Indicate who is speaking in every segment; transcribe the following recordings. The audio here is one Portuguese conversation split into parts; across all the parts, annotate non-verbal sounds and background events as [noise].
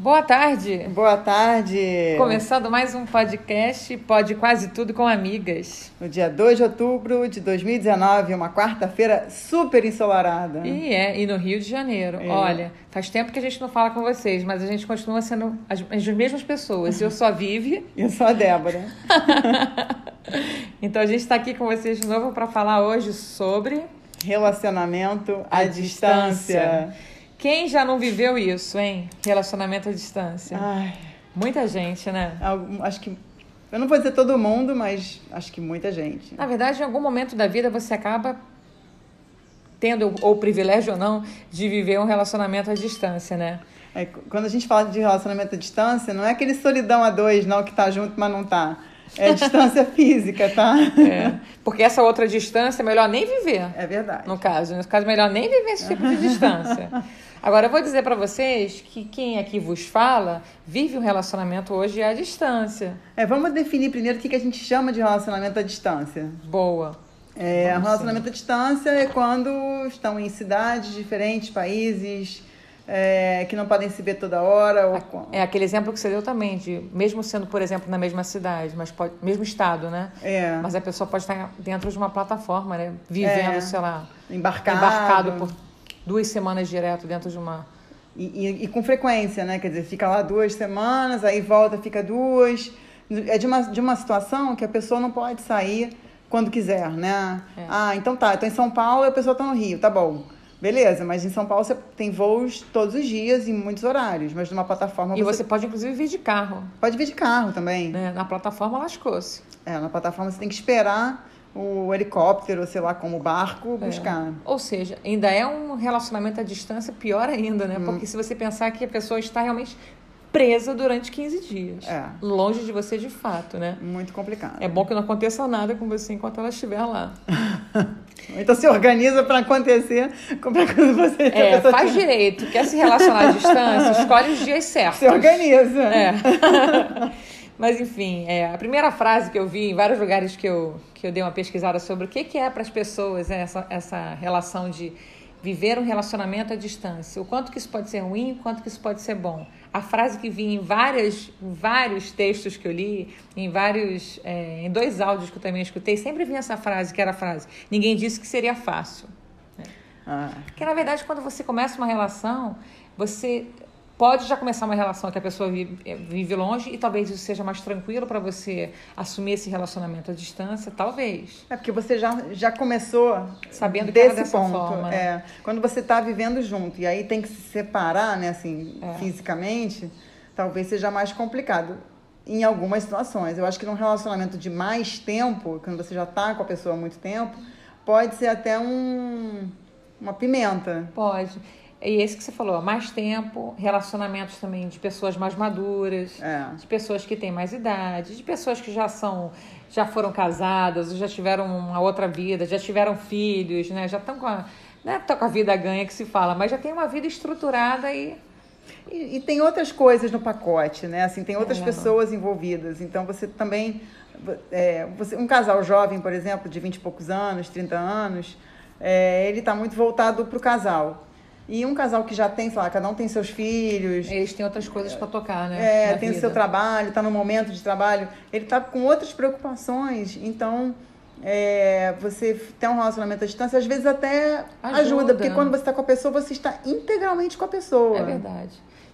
Speaker 1: Boa tarde!
Speaker 2: Boa tarde!
Speaker 1: Começando mais um podcast, pode quase tudo com amigas.
Speaker 2: No dia 2 de outubro de 2019, uma quarta-feira super ensolarada.
Speaker 1: E é, e no Rio de Janeiro.
Speaker 2: Ah. É.
Speaker 1: Olha, faz tempo que a gente não fala com vocês, mas a gente continua sendo as, as mesmas pessoas. Eu só vive.
Speaker 2: Eu sou a Débora.
Speaker 1: [laughs] Então a gente está aqui com vocês de novo para falar hoje sobre
Speaker 2: Relacionamento à distância.
Speaker 1: Quem já não viveu isso, hein? Relacionamento à
Speaker 2: Ah.
Speaker 1: distância.
Speaker 2: Ai,
Speaker 1: Muita gente, né?
Speaker 2: algum- acho que. Eu não vou dizer todo mundo, mas acho que muita gente.
Speaker 1: Na verdade, em algum momento da vida você acaba tendo ou privilégio ou não de viver um relacionamento à distância, né?
Speaker 2: É, c- quando a gente fala de relacionamento à distância, não é aquele solidão a dois, não, que tá junto, mas não tá.
Speaker 1: [laughs]
Speaker 2: É distância física, tá?
Speaker 1: É. Porque essa outra distância é melhor nem viver.
Speaker 2: É verdade.
Speaker 1: No caso, né? no caso, é melhor nem viver esse tipo de distância. Agora, eu vou dizer pra vocês que quem aqui vos fala vive um relacionamento hoje à distância.
Speaker 2: É, vamos definir primeiro o que que a gente chama de relacionamento à distância.
Speaker 1: Boa.
Speaker 2: É,
Speaker 1: Vamos
Speaker 2: relacionamento à distância é quando estão em cidades diferentes, países, é, que não podem se ver toda hora. Ou com-
Speaker 1: É aquele exemplo que você deu também, de mesmo sendo, por exemplo, na mesma cidade, mas pode, mesmo estado, né?
Speaker 2: é,
Speaker 1: Mas a pessoa pode estar dentro de uma plataforma, né? Vivendo,
Speaker 2: É.
Speaker 1: sei lá,
Speaker 2: embarcado.
Speaker 1: embarcado por duas semanas direto dentro de uma.
Speaker 2: E, e- e com frequência, né? Quer dizer, fica lá duas semanas, aí volta, fica duas. É de uma, de uma situação que a pessoa não pode sair quando quiser, né?
Speaker 1: É.
Speaker 2: Ah, então tá, eu tô em São Paulo e a pessoa tá no Rio, tá bom. Beleza, mas em São Paulo você tem voos todos os dias, em muitos horários, mas numa plataforma
Speaker 1: E você pode, inclusive, vir de carro.
Speaker 2: pode vir de carro também.
Speaker 1: Né? Na plataforma lascou-se.
Speaker 2: É, na plataforma você tem que esperar o helicóptero, sei lá, como o barco,
Speaker 1: É.
Speaker 2: buscar.
Speaker 1: Ou seja, ainda é um relacionamento à distância pior ainda,
Speaker 2: Hum.
Speaker 1: né? Porque se você pensar que a pessoa está realmente presa durante 15 dias.
Speaker 2: É.
Speaker 1: Longe de você de fato, né?
Speaker 2: Muito complicado.
Speaker 1: É bom que não aconteça nada com você enquanto ela estiver lá.
Speaker 2: Então se organiza pra acontecer, [laughs] como é que você a
Speaker 1: É,
Speaker 2: pessoa
Speaker 1: faz
Speaker 2: se-
Speaker 1: direito. Quer se relacionar à distância? Escolhe os dias certos.
Speaker 2: se organiza.
Speaker 1: É. Mas enfim, é, a primeira frase que eu vi em vários lugares que eu, que eu dei uma pesquisada sobre o que, que é para as pessoas né, essa, essa relação de viver um relacionamento à distância. O quanto que isso pode ser ruim, o quanto que isso pode ser bom. A frase que vinha em várias, em vários textos que eu li, em vários. é, em dois áudios que eu também escutei, sempre vinha essa frase, que era a frase: ninguém disse que seria fácil.
Speaker 2: Ah,
Speaker 1: Porque, na verdade, quando você começa uma relação, você pode já começar uma relação que a pessoa vive, eh, vive longe e talvez isso seja mais tranquilo para você assumir esse relacionamento à distância, talvez.
Speaker 2: é porque você já, já começou
Speaker 1: Sabendo que era
Speaker 2: desse
Speaker 1: dessa
Speaker 2: ponto.
Speaker 1: forma, né?
Speaker 2: É, quando você tá vivendo junto e aí tem que se separar, né, assim,
Speaker 1: É.
Speaker 2: fisicamente, talvez seja mais complicado. Em algumas situações. Eu acho que num relacionamento de mais tempo, quando você já tá com a pessoa há muito tempo, pode ser até um, uma pimenta.
Speaker 1: Pode. E esse que você falou, mais tempo, relacionamentos também de pessoas mais maduras,
Speaker 2: É.
Speaker 1: de pessoas que têm mais idade, de pessoas que já são, já foram casadas, ou já tiveram uma outra vida, já tiveram filhos, né? Já estão com a, né, tão com a vida ganha que se fala, mas já tem uma vida estruturada e
Speaker 2: E, e tem outras coisas no pacote, né? Assim, tem outras
Speaker 1: É.
Speaker 2: pessoas envolvidas. Então você também. é, você- um casal jovem, por exemplo, de 20 e poucos anos, 30 anos, é, ele está muito voltado para o casal. E um casal que já tem, sei lá, cada um tem seus filhos,
Speaker 1: Eles têm outras coisas pra tocar, né?
Speaker 2: é,
Speaker 1: na
Speaker 2: tem o
Speaker 1: vida.
Speaker 2: seu trabalho, está no momento de trabalho, ele está com outras preocupações. Então, é, você ter um relacionamento à distância, às vezes até ajuda,
Speaker 1: Ajuda.
Speaker 2: porque quando você está com a pessoa, você está integralmente com a pessoa.
Speaker 1: É verdade.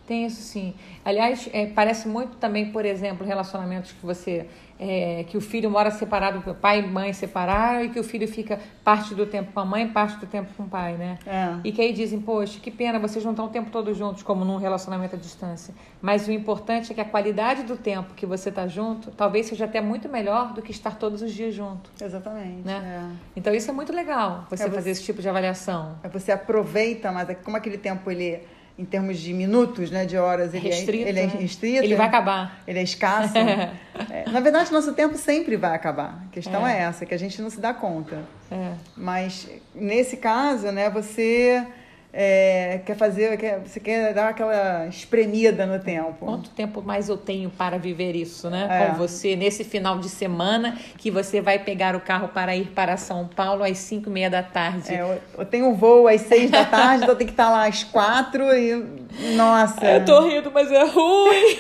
Speaker 1: Tem isso sim. Aliás, é, parece muito também, por exemplo, relacionamentos que você. é, que o filho mora separado, pai e mãe separaram, e que o filho fica parte do tempo com a mãe, parte do tempo com o pai, né?
Speaker 2: É.
Speaker 1: E que aí dizem, poxa, que pena, vocês não estão o tempo todo juntos, como num relacionamento à distância. Mas o importante é que a qualidade do tempo que você está junto talvez seja até muito melhor do que estar todos os dias junto.
Speaker 2: Exatamente.
Speaker 1: Né?
Speaker 2: é.
Speaker 1: Então isso é muito legal, você
Speaker 2: É, você-
Speaker 1: fazer esse tipo de avaliação.
Speaker 2: Aí Você aproveita, mas é que como aquele tempo ele, em termos de minutos, né, de horas, ele
Speaker 1: restrito,
Speaker 2: é, ele é
Speaker 1: né?
Speaker 2: restrito,
Speaker 1: Ele vai acabar.
Speaker 2: ele
Speaker 1: [laughs]
Speaker 2: é escasso. É, na verdade, nosso tempo sempre vai acabar. A questão é. essa, que a gente não se dá conta.
Speaker 1: É.
Speaker 2: Mas nesse caso, né, você é, quer fazer, quer, você quer dar aquela espremida no tempo.
Speaker 1: Quanto tempo mais eu tenho para viver isso, né? É. Com você, nesse final de semana, que você vai pegar o carro para ir para São Paulo às 5 e meia da tarde.
Speaker 2: É, eu, eu tenho um voo às 6 da tarde, então eu tenho que estar lá às 4 e. Nossa!
Speaker 1: Eu tô rindo, mas é
Speaker 2: [laughs]
Speaker 1: ruim!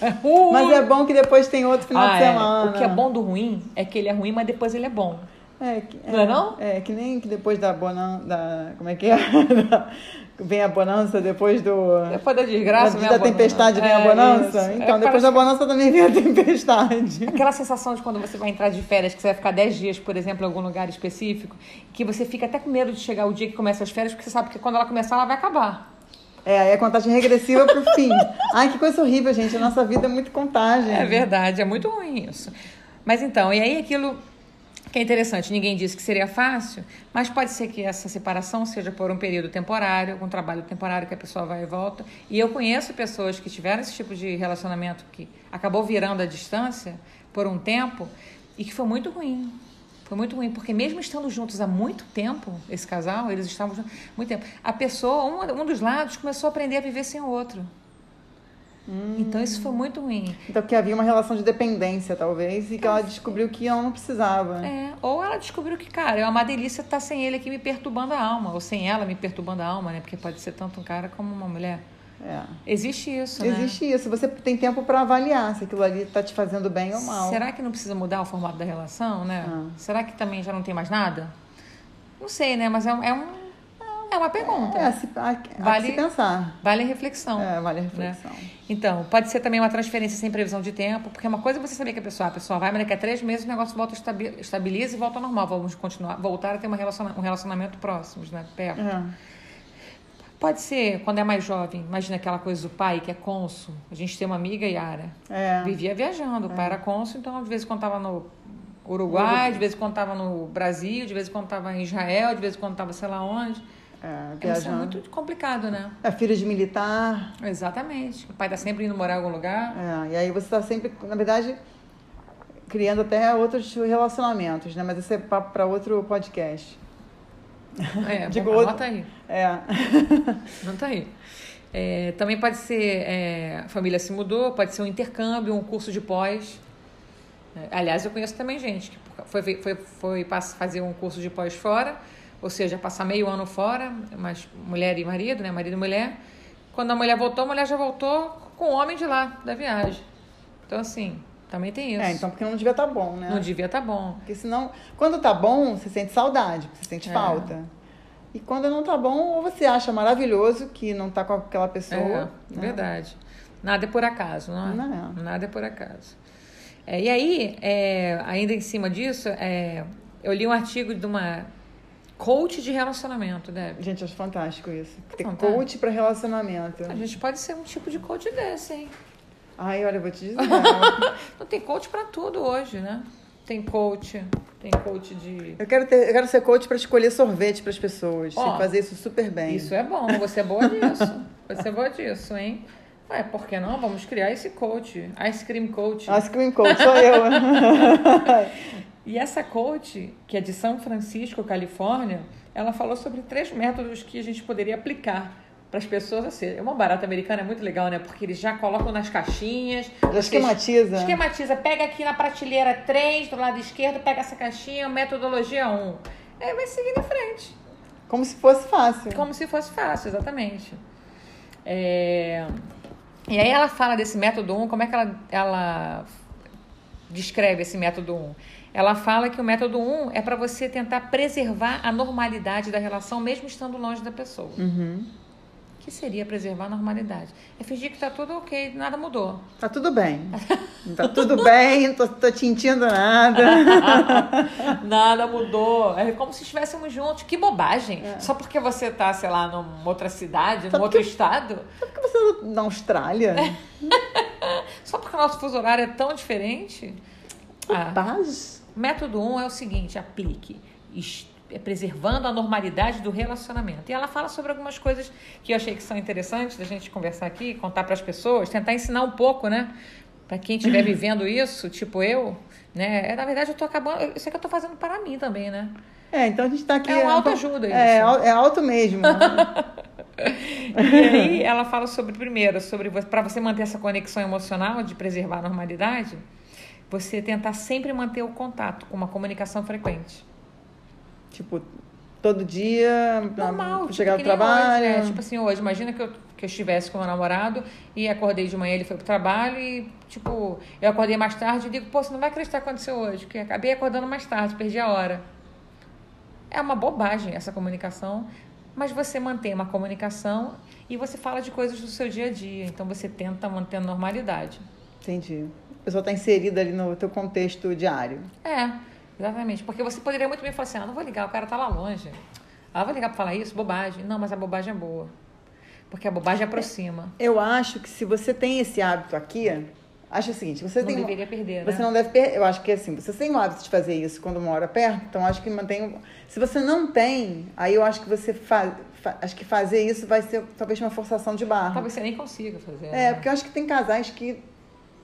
Speaker 2: É ruim. Mas é bom que depois tem outro final ah, de semana.
Speaker 1: O que é bom do ruim é que ele é ruim, mas depois ele é bom.
Speaker 2: É, que,
Speaker 1: não é não?
Speaker 2: É, que nem que depois da bonança, da, como é que é? [laughs] vem a bonança depois do...
Speaker 1: Depois da desgraça
Speaker 2: Depois É. da, da tempestade vem é, a bonança. Isso. Então, é, depois da bonança também vem a [laughs] tempestade.
Speaker 1: Aquela sensação de quando você vai entrar de férias, que você vai ficar 10 dias, por exemplo, em algum lugar específico, que você fica até com medo de chegar o dia que começa as férias, porque você sabe que quando ela começar, ela vai acabar.
Speaker 2: É, é contagem regressiva pro fim. Ai, que coisa horrível, gente. A nossa vida é muito contagem.
Speaker 1: É verdade, é muito ruim isso. Mas então, e aí aquilo que é interessante, ninguém disse que seria fácil, mas pode ser que essa separação seja por um período temporário, um trabalho temporário que a pessoa vai e volta. E eu conheço pessoas que tiveram esse tipo de relacionamento que acabou virando a distância por um tempo e que foi muito ruim. Foi muito ruim, porque mesmo estando juntos há muito tempo, esse casal, eles estavam juntos há muito tempo, a pessoa, um, um dos lados, começou a aprender a viver sem o outro. Hum. Então isso foi muito ruim.
Speaker 2: Então que havia uma relação de dependência, talvez, e que ela descobriu que ela não precisava.
Speaker 1: É, ou ela descobriu que, cara, é uma delícia estar sem ele aqui me perturbando a alma, ou sem ela me perturbando a alma, né? Porque pode ser tanto um cara como uma mulher.
Speaker 2: É.
Speaker 1: Existe isso,
Speaker 2: Existe né? Existe isso. Você tem tempo para avaliar se aquilo ali está te fazendo bem ou é mal.
Speaker 1: Será que não precisa mudar o formato da relação, né? Ah. Será que também já não tem mais nada? Não sei, né? Mas é um, é um... É uma pergunta.
Speaker 2: É, se, a, vale, a se pensar.
Speaker 1: Vale reflexão.
Speaker 2: É, vale reflexão.
Speaker 1: Né? Então, pode ser também uma transferência sem previsão de tempo, porque uma coisa é você saber que a pessoa, a pessoa vai, mas daqui a três meses o negócio volta estabiliza e volta ao normal. Vamos continuar, voltar a ter uma relaciona, um relacionamento próximos, né? Perto. É. Pode ser, quando é mais jovem, imagina aquela coisa do pai que é cônsul. A gente tem uma amiga, Yara.
Speaker 2: É.
Speaker 1: Vivia viajando, o pai era cônsul, então de vez em quando estava no Uruguai, de vez em quando estava no Brasil, de vez em quando estava em Israel, de vez em quando estava sei lá onde.
Speaker 2: É,
Speaker 1: viajando. é muito complicado, né?
Speaker 2: É filho de militar.
Speaker 1: Exatamente. O pai tá sempre indo morar em algum [laughs] lugar.
Speaker 2: É, e aí você tá sempre, na verdade, criando até outros relacionamentos, né? Mas esse é papo para outro podcast.
Speaker 1: É, Digo, bom, outro... aí.
Speaker 2: É. [laughs]
Speaker 1: Não tá aí. É, também pode ser, é, a família se mudou, pode ser um intercâmbio, um curso de pós. É, Aliás, eu conheço também gente que foi, foi, foi fazer um curso de pós fora, ou seja, passar meio ano fora, mas mulher e marido, né? Marido e mulher. Quando a mulher voltou, a mulher já voltou com o homem de lá, da viagem. Então, assim, também tem isso.
Speaker 2: É, então porque não devia estar tá bom, né?
Speaker 1: Não devia estar tá bom.
Speaker 2: Porque senão, quando tá bom, você sente saudade, você sente é. falta. E quando não tá bom, ou você acha maravilhoso que não tá com aquela pessoa. É, né?
Speaker 1: verdade. Nada é por acaso, não é?
Speaker 2: Não
Speaker 1: é. Nada é por acaso. É, e aí, é, ainda em cima disso, eu li um artigo de uma coach de relacionamento, Deb.
Speaker 2: Gente, acho fantástico isso. É Ter fantástico. coach para relacionamento.
Speaker 1: A gente pode ser um tipo de coach desse, hein?
Speaker 2: Ai, olha, eu vou te dizer. né?
Speaker 1: Não tem coach para tudo hoje, né? Tem coach, tem coach de.
Speaker 2: Eu quero, ter, eu quero ser coach para escolher sorvete para as pessoas. Oh, Sei fazer isso super bem.
Speaker 1: Isso é bom, você é
Speaker 2: [laughs]
Speaker 1: boa disso. você é boa disso, hein? Ué, por que não? Vamos criar esse coach. Ice Cream Coach.
Speaker 2: Ice Cream Coach, sou
Speaker 1: [laughs]
Speaker 2: eu. [laughs]
Speaker 1: E essa coach, que é de São Francisco, Califórnia, ela falou sobre três métodos que a gente poderia aplicar para as pessoas. Assim, uma barata americana é muito legal, né? Porque eles já colocam nas caixinhas.
Speaker 2: Já esquematiza.
Speaker 1: Esquematiza. Pega aqui na prateleira 3, do lado esquerdo, pega essa caixinha, metodologia 1. É, vai seguindo em frente.
Speaker 2: Como se fosse fácil.
Speaker 1: Como se fosse fácil, exatamente. É... E aí ela fala desse método 1, como é que ela, ela descreve esse método 1? Ela fala que o método 1 um é para você tentar preservar a normalidade da relação, mesmo estando longe da pessoa.
Speaker 2: Uhum.
Speaker 1: que seria preservar a normalidade? É fingir que tá tudo ok, nada [laughs] mudou.
Speaker 2: Tá tudo bem. tá tudo bem, tô, tô tintindo
Speaker 1: [laughs]
Speaker 2: nada.
Speaker 1: nada mudou. É como se estivéssemos juntos. Que bobagem. É. Só porque você tá, sei lá, numa outra cidade, só num porque, outro estado.
Speaker 2: Só porque você tá na Austrália.
Speaker 1: É. só porque o nosso fuso horário é tão diferente.
Speaker 2: Ah. Base.
Speaker 1: Método 1 um é o seguinte: aplique, é preservando a normalidade do relacionamento. E ela fala sobre algumas coisas que eu achei que são interessantes da gente conversar aqui, contar para as pessoas, tentar ensinar um pouco, né? Para quem estiver vivendo isso, tipo eu, né? É, na verdade, eu tô acabando. Isso é que eu tô fazendo para mim também, né?
Speaker 2: É, então a gente está aqui.
Speaker 1: É uma autoajuda isso.
Speaker 2: É, au- é alto mesmo. [laughs]
Speaker 1: E aí ela fala sobre primeiro, sobre para você manter essa conexão emocional de preservar a normalidade, você tentar sempre manter o contato com uma comunicação frequente.
Speaker 2: tipo, todo dia. pra-
Speaker 1: Normal,
Speaker 2: pra
Speaker 1: tipo,
Speaker 2: chegar
Speaker 1: que
Speaker 2: do
Speaker 1: nem
Speaker 2: trabalho.
Speaker 1: hoje, né? Tipo assim, hoje, imagina que eu, que eu estivesse com meu namorado e acordei de manhã, ele foi pro trabalho e, tipo, eu acordei mais tarde e digo, pô, você não vai acreditar o que aconteceu hoje, porque acabei acordando mais tarde, perdi a hora. É uma bobagem essa comunicação, mas você mantém uma comunicação e você fala de coisas do seu dia a dia, então você tenta manter a normalidade.
Speaker 2: Entendi. A pessoa está inserida ali no teu contexto diário.
Speaker 1: É, exatamente. Porque você poderia muito bem falar assim, ah, não vou ligar, o cara tá lá longe. Ah, vou ligar pra falar isso, bobagem. Não, mas a bobagem é boa. Porque a bobagem
Speaker 2: É,
Speaker 1: aproxima.
Speaker 2: Eu acho que se você tem esse hábito aqui, acho o seguinte, você
Speaker 1: Não
Speaker 2: tem um-
Speaker 1: deveria perder, né?
Speaker 2: Você não deve perder. Eu acho que assim, você tem o hábito de fazer isso quando mora perto, então acho que mantém. o- Se você não tem, aí eu acho que você faz. Acho que fazer isso vai ser talvez uma forçação de barra.
Speaker 1: Talvez você nem consiga fazer.
Speaker 2: É,
Speaker 1: né?
Speaker 2: porque eu acho que tem casais que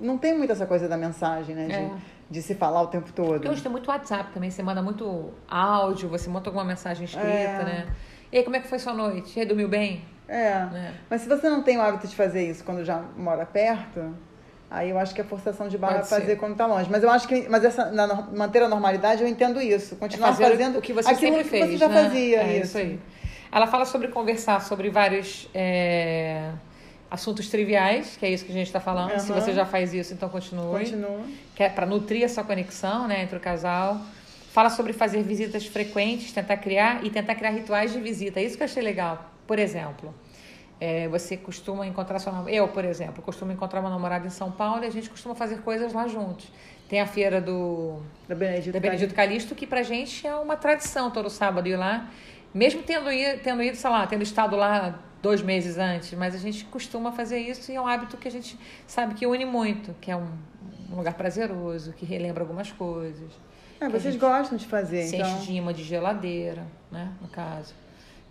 Speaker 2: não tem muito essa coisa da mensagem, né? De,
Speaker 1: É.
Speaker 2: de se falar o tempo todo.
Speaker 1: Porque hoje tem muito WhatsApp também, você manda muito áudio, você monta alguma mensagem escrita,
Speaker 2: É.
Speaker 1: né? E aí, como é que foi sua noite? E aí, dormiu bem?
Speaker 2: É.
Speaker 1: Né?
Speaker 2: Mas se você não tem o hábito de fazer isso quando já mora perto, aí eu acho que é forçação de barra
Speaker 1: Pode
Speaker 2: fazer
Speaker 1: ser.
Speaker 2: quando tá longe. Mas eu acho que. Mas essa, na nor- manter a normalidade, eu entendo isso. Continuar
Speaker 1: É fazer
Speaker 2: fazendo
Speaker 1: o que você
Speaker 2: aquilo
Speaker 1: sempre
Speaker 2: que
Speaker 1: fez,
Speaker 2: você já
Speaker 1: né?
Speaker 2: fazia.
Speaker 1: É
Speaker 2: isso.
Speaker 1: isso. aí. Ela fala sobre conversar sobre vários é, assuntos triviais, que é isso que a gente está falando. Se
Speaker 2: Aham.
Speaker 1: você já faz isso, então continue.
Speaker 2: Continua.
Speaker 1: que é para nutrir essa conexão, né, entre o casal. Fala sobre fazer visitas frequentes, tentar criar e tentar criar rituais de visita. É Isso que eu achei legal. Por exemplo, é, você costuma encontrar sua namorada. Eu, por exemplo, costumo encontrar uma namorada em São Paulo e a gente costuma fazer coisas lá juntos. Tem a feira do
Speaker 2: Da Benedita.
Speaker 1: da Benedito Calixto, que pra gente é uma tradição todo sábado ir lá. Mesmo tendo ido, tendo ido, sei lá, tendo estado lá dois meses antes, mas a gente costuma fazer isso e é um hábito que a gente sabe que une muito, que é um, um lugar prazeroso, que relembra algumas coisas. que
Speaker 2: É,
Speaker 1: a
Speaker 2: vocês
Speaker 1: gente
Speaker 2: gostam de fazer,
Speaker 1: se
Speaker 2: então.
Speaker 1: enche de imã de geladeira, né? No caso.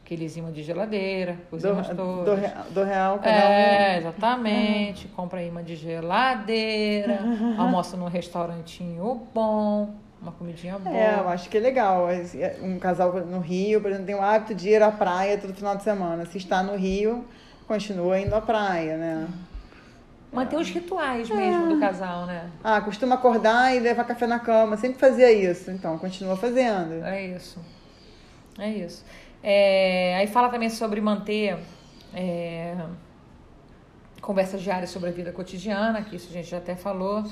Speaker 1: Aqueles imã de geladeira, os imãs
Speaker 2: Do,
Speaker 1: todos.
Speaker 2: do, real- do real, cada um.
Speaker 1: É, exatamente. Compra imã de
Speaker 2: [laughs]
Speaker 1: geladeira, almoça num restaurantinho bom, uma comidinha
Speaker 2: um.
Speaker 1: boa.
Speaker 2: É, eu acho que é legal. Esse- é, Um casal no Rio, por exemplo, tem o hábito de ir à praia todo final de semana. Se está no Rio, continua indo à praia, né?
Speaker 1: Manter os rituais mesmo do casal, né?
Speaker 2: Ah, costuma acordar e levar café na cama. Sempre fazia isso. Então, continua fazendo.
Speaker 1: É isso. É isso. É, aí fala também sobre manter é, conversas diárias sobre a vida cotidiana, que isso a gente já até falou.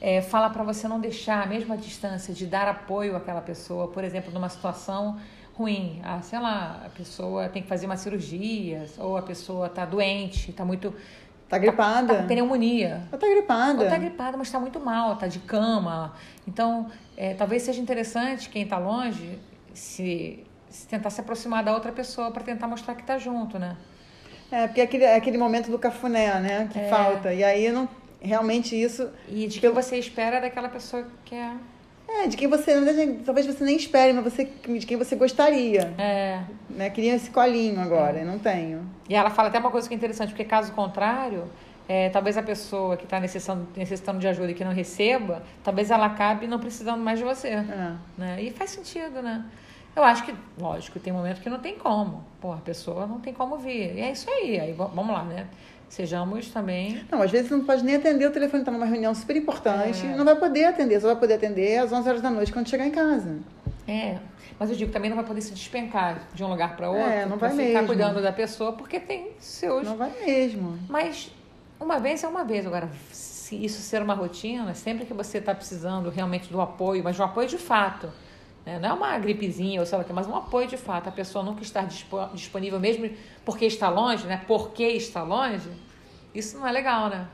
Speaker 1: É, fala para você não deixar a mesma distância de dar apoio àquela pessoa, por exemplo, numa situação ruim. Ah, sei lá, a pessoa tem que fazer uma cirurgia, ou a pessoa tá doente, tá muito.
Speaker 2: Tá
Speaker 1: tá
Speaker 2: gripada?
Speaker 1: com pneumonia.
Speaker 2: Ela tá gripada.
Speaker 1: Ou tá gripada, mas está muito mal, tá de cama. Então, é, talvez seja interessante quem tá longe se, se tentar se aproximar da outra pessoa para tentar mostrar que tá junto, né?
Speaker 2: É, porque é aquele, é aquele momento do cafuné, né?
Speaker 1: É.
Speaker 2: Que falta. E aí, não, realmente, isso...
Speaker 1: E de que você espera daquela pessoa que é.
Speaker 2: É, de quem você... na verdade, Talvez você nem espere, mas você, de quem você gostaria.
Speaker 1: é.
Speaker 2: Né? Queria esse colinho agora. Eu não tenho.
Speaker 1: E ela fala até uma coisa que é interessante, porque caso contrário, é, talvez a pessoa que está necessitando, necessitando de ajuda e que não receba, talvez ela acabe não precisando mais de você.
Speaker 2: É.
Speaker 1: né? E faz sentido, né? Eu acho que, lógico, tem momento que não tem como. Pô, a pessoa não tem como vir. E é isso aí. Aí va- vamos lá, né? Sejamos também.
Speaker 2: Não, às vezes não pode nem atender o telefone. Tá numa reunião super importante.
Speaker 1: É.
Speaker 2: Não vai poder atender. Só vai poder atender às 11 horas da noite, quando chegar em casa.
Speaker 1: É. Mas eu digo, também não vai poder se despencar de um lugar para outro.
Speaker 2: É, não
Speaker 1: pra
Speaker 2: vai
Speaker 1: ficar
Speaker 2: mesmo.
Speaker 1: cuidando da pessoa, porque tem seus.
Speaker 2: Não vai mesmo.
Speaker 1: Mas uma vez é uma vez. Agora, se isso ser uma rotina, sempre que você está precisando realmente do apoio, mas de um apoio de fato. né? Não é uma gripezinha ou sei lá o que, mas um apoio de fato. A pessoa nunca estar dispo- disponível, mesmo porque está longe, né? Porque está longe, isso não é legal, né?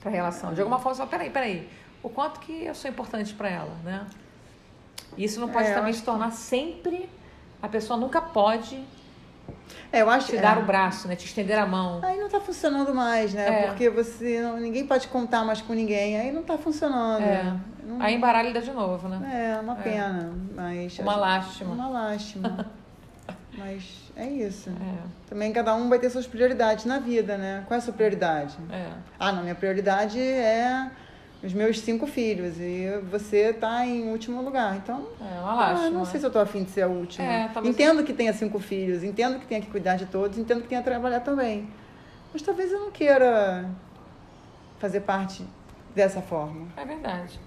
Speaker 1: Para relação. De alguma forma, você fala, peraí, peraí. O quanto que eu sou importante para ela, né? Isso não pode
Speaker 2: É, eu
Speaker 1: também se tornar sempre. A pessoa nunca pode
Speaker 2: É, eu acho...
Speaker 1: te
Speaker 2: é.
Speaker 1: dar o braço, né? Te estender a mão.
Speaker 2: Aí não tá funcionando mais, né?
Speaker 1: É.
Speaker 2: Porque você não, ninguém pode contar mais com ninguém. Aí não tá funcionando.
Speaker 1: É.
Speaker 2: Não-
Speaker 1: Aí embaralha e dá de novo, né?
Speaker 2: é uma pena, mas é
Speaker 1: Uma lástima. [laughs]
Speaker 2: uma lástima. mas é isso.
Speaker 1: É,
Speaker 2: Também cada um vai ter suas prioridades na vida, né? Qual é a sua prioridade?
Speaker 1: é.
Speaker 2: Ah, não, minha prioridade é os meus cinco filhos e você tá em último lugar. Então,
Speaker 1: É uma lástima.
Speaker 2: ah, não sei se eu tô afim de ser a última.
Speaker 1: É, talvez-
Speaker 2: entendo que tenha cinco filhos, entendo que tenha que cuidar de todos, entendo que tenha que trabalhar também. Mas talvez eu não queira fazer parte dessa forma.
Speaker 1: É verdade.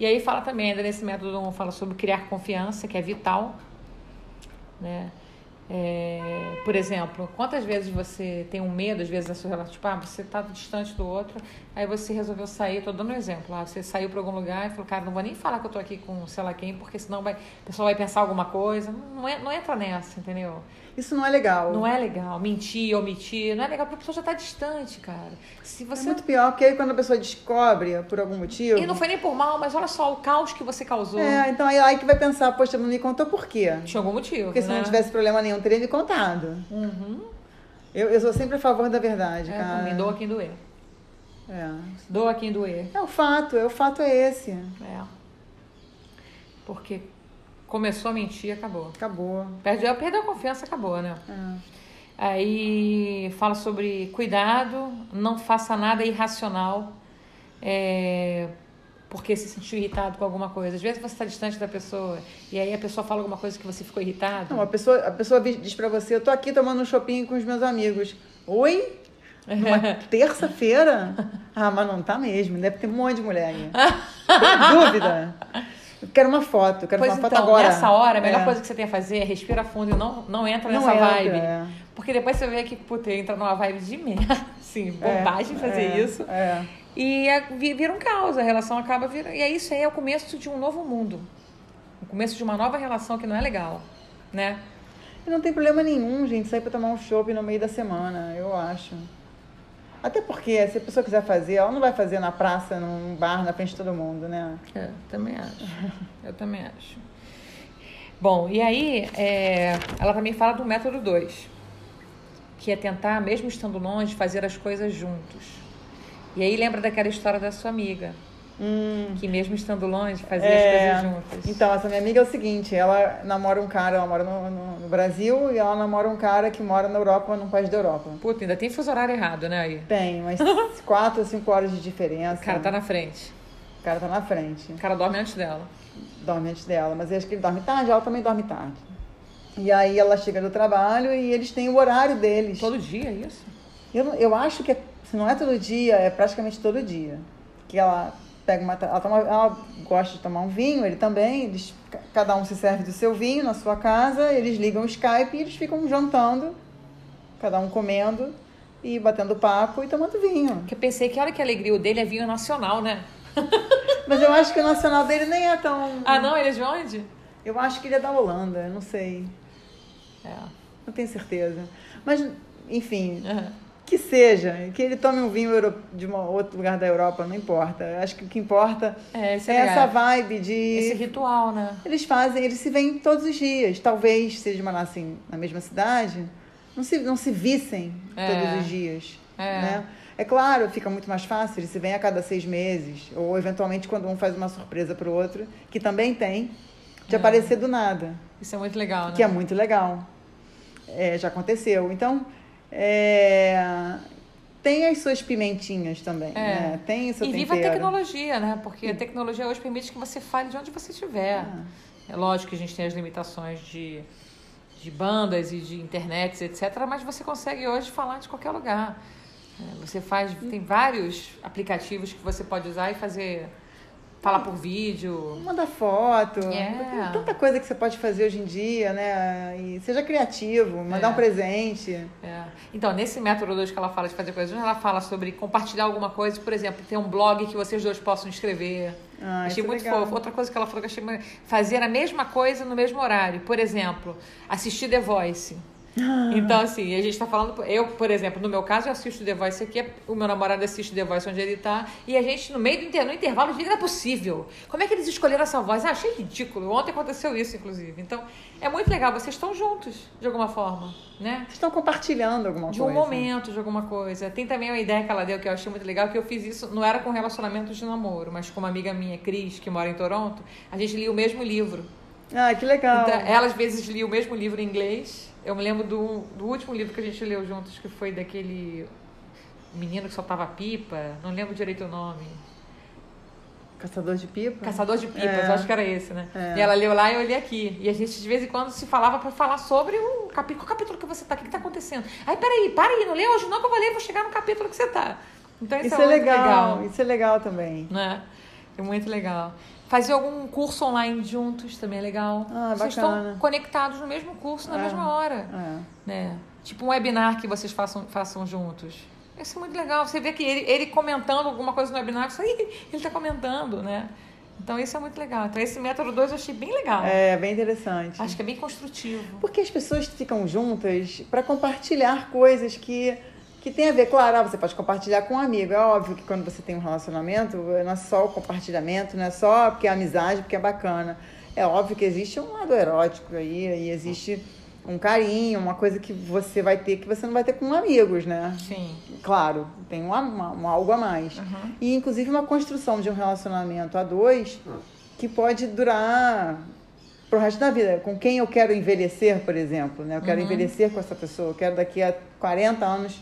Speaker 1: E aí fala também, ainda nesse método, um fala sobre criar confiança, que é vital. Né? É, por exemplo, quantas vezes você tem um medo, às vezes, da sua relação? Tipo, ah, você tá distante do outro, aí você resolveu sair, tô dando um exemplo. Ah, você saiu para algum lugar e falou, cara, não vou nem falar que eu tô aqui com sei lá quem, porque senão vai, o pessoal vai pensar alguma coisa. Não, não é- não entra nessa, entendeu?
Speaker 2: Isso não é legal.
Speaker 1: Não é legal. Mentir, omitir, não é legal, porque a pessoa já tá distante, cara. Se
Speaker 2: É
Speaker 1: você
Speaker 2: muito pior, porque aí quando a pessoa descobre por algum motivo.
Speaker 1: E não foi nem por mal, mas olha só o caos que você causou.
Speaker 2: É, então aí, aí que vai pensar, poxa, não me contou por quê?
Speaker 1: Tinha algum motivo.
Speaker 2: Porque se
Speaker 1: né?
Speaker 2: não tivesse problema nenhum, teria me contado.
Speaker 1: Uhum.
Speaker 2: Eu, eu sou sempre a favor da verdade,
Speaker 1: É,
Speaker 2: cara.
Speaker 1: também doa quem doer.
Speaker 2: É.
Speaker 1: Doa quem doer.
Speaker 2: É o fato, é o fato é esse.
Speaker 1: É. Porque começou a mentir, acabou.
Speaker 2: Acabou.
Speaker 1: Perdeu, perdeu a confiança, acabou, né?
Speaker 2: É.
Speaker 1: Aí fala sobre cuidado, não faça nada irracional, é, porque se sentiu irritado com alguma coisa. Às vezes você está distante da pessoa e aí a pessoa fala alguma coisa que você ficou irritado.
Speaker 2: Não, a pessoa, a pessoa vi- diz pra você, eu tô aqui tomando um shopping com os meus amigos. Oi?
Speaker 1: É.
Speaker 2: Numa
Speaker 1: [laughs]
Speaker 2: terça-feira? Ah, mas não tá mesmo. Deve ter um monte de mulher aí. Tem dúvida? Eu quero uma foto, eu quero
Speaker 1: Pois
Speaker 2: uma
Speaker 1: então,
Speaker 2: foto agora.
Speaker 1: nessa hora, a melhor
Speaker 2: É.
Speaker 1: coisa que você tem a fazer é respira fundo e não, não entra
Speaker 2: Não
Speaker 1: nessa
Speaker 2: entra,
Speaker 1: vibe.
Speaker 2: é.
Speaker 1: Porque depois você vê que, puta, entra numa vibe de merda. [laughs] Assim,
Speaker 2: É,
Speaker 1: bobagem fazer
Speaker 2: é,
Speaker 1: isso.
Speaker 2: É.
Speaker 1: E é- vi- vira um caos, a relação acaba virando. E é isso aí, é o começo de um novo mundo. O começo de uma nova relação que não é legal, né?
Speaker 2: E não tem problema nenhum, gente, sair pra tomar um chopp no meio da semana, eu acho. Até porque, se a pessoa quiser fazer, ela não vai fazer na praça, num bar, na frente de todo mundo, né?
Speaker 1: Eu É, também acho. [laughs] Eu também acho. Bom, e aí é, ela também fala do método 2, que é tentar, mesmo estando longe, fazer as coisas juntos. E aí lembra daquela história da sua amiga,
Speaker 2: Hum,
Speaker 1: que mesmo estando longe, fazia
Speaker 2: é,
Speaker 1: as coisas juntas.
Speaker 2: Então, essa minha amiga é o seguinte, ela namora um cara, ela mora no, no- no Brasil, e ela namora um cara que mora na Europa, num país da Europa.
Speaker 1: Puta, ainda tem fuso horário errado, né? Aí.
Speaker 2: Tem
Speaker 1: [laughs]
Speaker 2: umas 4 ou 5 horas de diferença.
Speaker 1: O cara tá na frente.
Speaker 2: O cara tá na frente.
Speaker 1: O cara dorme antes dela.
Speaker 2: dorme antes dela, mas eu acho que ele dorme tarde, ela também dorme tarde. E aí ela chega do trabalho e eles têm o horário deles.
Speaker 1: Todo dia, é isso?
Speaker 2: Eu, não- eu acho que é- se não é todo dia, é praticamente todo dia. Que ela pega uma. ta- Ela, toma- ela gosta de tomar um vinho, ele também. Eles, ca- cada um se serve do seu vinho na sua casa, eles ligam o Skype e eles ficam jantando, cada um comendo e batendo papo e tomando vinho.
Speaker 1: Porque eu pensei que olha que alegria, o dele é vinho nacional, né?
Speaker 2: Mas eu acho que o nacional dele nem é tão.
Speaker 1: Ah, não? Ele é de onde?
Speaker 2: Eu acho que ele é da Holanda, eu não sei.
Speaker 1: É.
Speaker 2: Não tenho certeza. Mas, enfim,
Speaker 1: Aham.
Speaker 2: que seja, que ele tome um vinho euro- de um outro lugar da Europa, não importa. Eu Acho que o que importa
Speaker 1: [laughs] É, esse
Speaker 2: é
Speaker 1: é legal.
Speaker 2: essa vibe de.
Speaker 1: Esse ritual, né?
Speaker 2: Eles fazem, eles se veem todos os dias. Talvez, se eles morassem na mesma cidade, não se, não se vissem
Speaker 1: É.
Speaker 2: todos os dias.
Speaker 1: É.
Speaker 2: Né? é claro, fica muito mais fácil, eles se veem a cada seis meses, ou eventualmente quando um faz uma surpresa pro outro, que também tem, de aparecer do nada
Speaker 1: Isso é muito legal, né?
Speaker 2: que é muito legal. É, já aconteceu. Então, é, tem as suas pimentinhas também, né? Tem o seu
Speaker 1: É. E viva a
Speaker 2: tempero.
Speaker 1: tecnologia, né? Porque a tecnologia hoje permite que você fale de onde você estiver.
Speaker 2: Ah.
Speaker 1: É lógico que a gente tem as limitações de, de bandas e de internet, etc. Mas você consegue hoje falar de qualquer lugar. É, Você faz... Tem vários aplicativos que você pode usar e fazer... Falar por vídeo.
Speaker 2: Manda foto.
Speaker 1: É.
Speaker 2: Tem tanta coisa que você pode fazer hoje em dia, né? E seja criativo, mandar
Speaker 1: É.
Speaker 2: um presente.
Speaker 1: É. Então, nesse método 2 que ela fala de fazer coisas, ela fala sobre compartilhar alguma coisa, por exemplo, ter um blog que vocês dois possam escrever.
Speaker 2: Ah,
Speaker 1: achei
Speaker 2: isso é
Speaker 1: muito
Speaker 2: legal.
Speaker 1: fofo. Outra coisa que ela falou que eu achei muito... fazer a mesma coisa no mesmo horário. Por exemplo, assistir The Voice.
Speaker 2: Ah.
Speaker 1: Então, assim, a gente tá falando. Eu, por exemplo, no meu caso, eu assisto The Voice aqui, o meu namorado assiste The Voice onde ele tá, e a gente, no meio do inter- no intervalo, diz, não é possível. Como é que eles escolheram essa voz? Ah, achei ridículo. Ontem aconteceu isso, inclusive. Então, é muito legal, vocês estão juntos, de alguma forma, né?
Speaker 2: Vocês estão compartilhando alguma
Speaker 1: De um
Speaker 2: coisa.
Speaker 1: momento, de alguma coisa. Tem também uma ideia que ela deu que eu achei muito legal, que eu fiz isso, não era com relacionamento de namoro, mas com uma amiga minha, Cris, que mora em Toronto, a gente lia o mesmo livro.
Speaker 2: Ah, que legal.
Speaker 1: Então, ela às vezes lia o mesmo livro em inglês. Eu me lembro do, do último livro que a gente leu juntos, que foi daquele menino que soltava pipa, não lembro direito o nome.
Speaker 2: Caçador de pipa?
Speaker 1: Caçador de Pipas, eu acho que era esse, né? E ela leu lá e eu li aqui. E a gente, de vez em quando, se falava pra falar sobre o capítulo, o capítulo que você tá, o que, que tá acontecendo. Aí, peraí, para aí, não lê hoje não que eu vou ler, vou chegar no capítulo que você tá. Então, isso,
Speaker 2: Isso
Speaker 1: é,
Speaker 2: é
Speaker 1: muito legal.
Speaker 2: legal, isso é legal também.
Speaker 1: Né? É muito legal. Fazer algum curso online juntos também é legal.
Speaker 2: Ah,
Speaker 1: vocês
Speaker 2: bacana.
Speaker 1: estão conectados no mesmo curso, na
Speaker 2: É.
Speaker 1: mesma hora.
Speaker 2: É.
Speaker 1: Né? Tipo um webinar que vocês façam, façam juntos. Isso é muito legal. Você vê que ele, ele comentando alguma coisa no webinar, isso aí, ele está comentando, né? Então isso é muito legal. Então esse método 2 eu achei bem legal.
Speaker 2: É, bem interessante.
Speaker 1: Acho que é bem construtivo.
Speaker 2: Porque as pessoas ficam juntas para compartilhar coisas que, que tem a ver. Claro, ah, você pode compartilhar com um amigo. É óbvio que quando você tem um relacionamento, não é só o compartilhamento, não é só porque é amizade, porque é bacana. É óbvio que existe um lado erótico aí, aí existe um carinho, uma coisa que você vai ter que você não vai ter com amigos, né?
Speaker 1: Sim.
Speaker 2: Claro, tem um, a- uma- um algo a mais.
Speaker 1: Uhum.
Speaker 2: E inclusive uma construção de um relacionamento a dois que pode durar pro resto da vida. Com quem eu quero envelhecer, por exemplo, né? Eu quero
Speaker 1: Uhum.
Speaker 2: envelhecer com essa pessoa, eu quero daqui a 40 anos.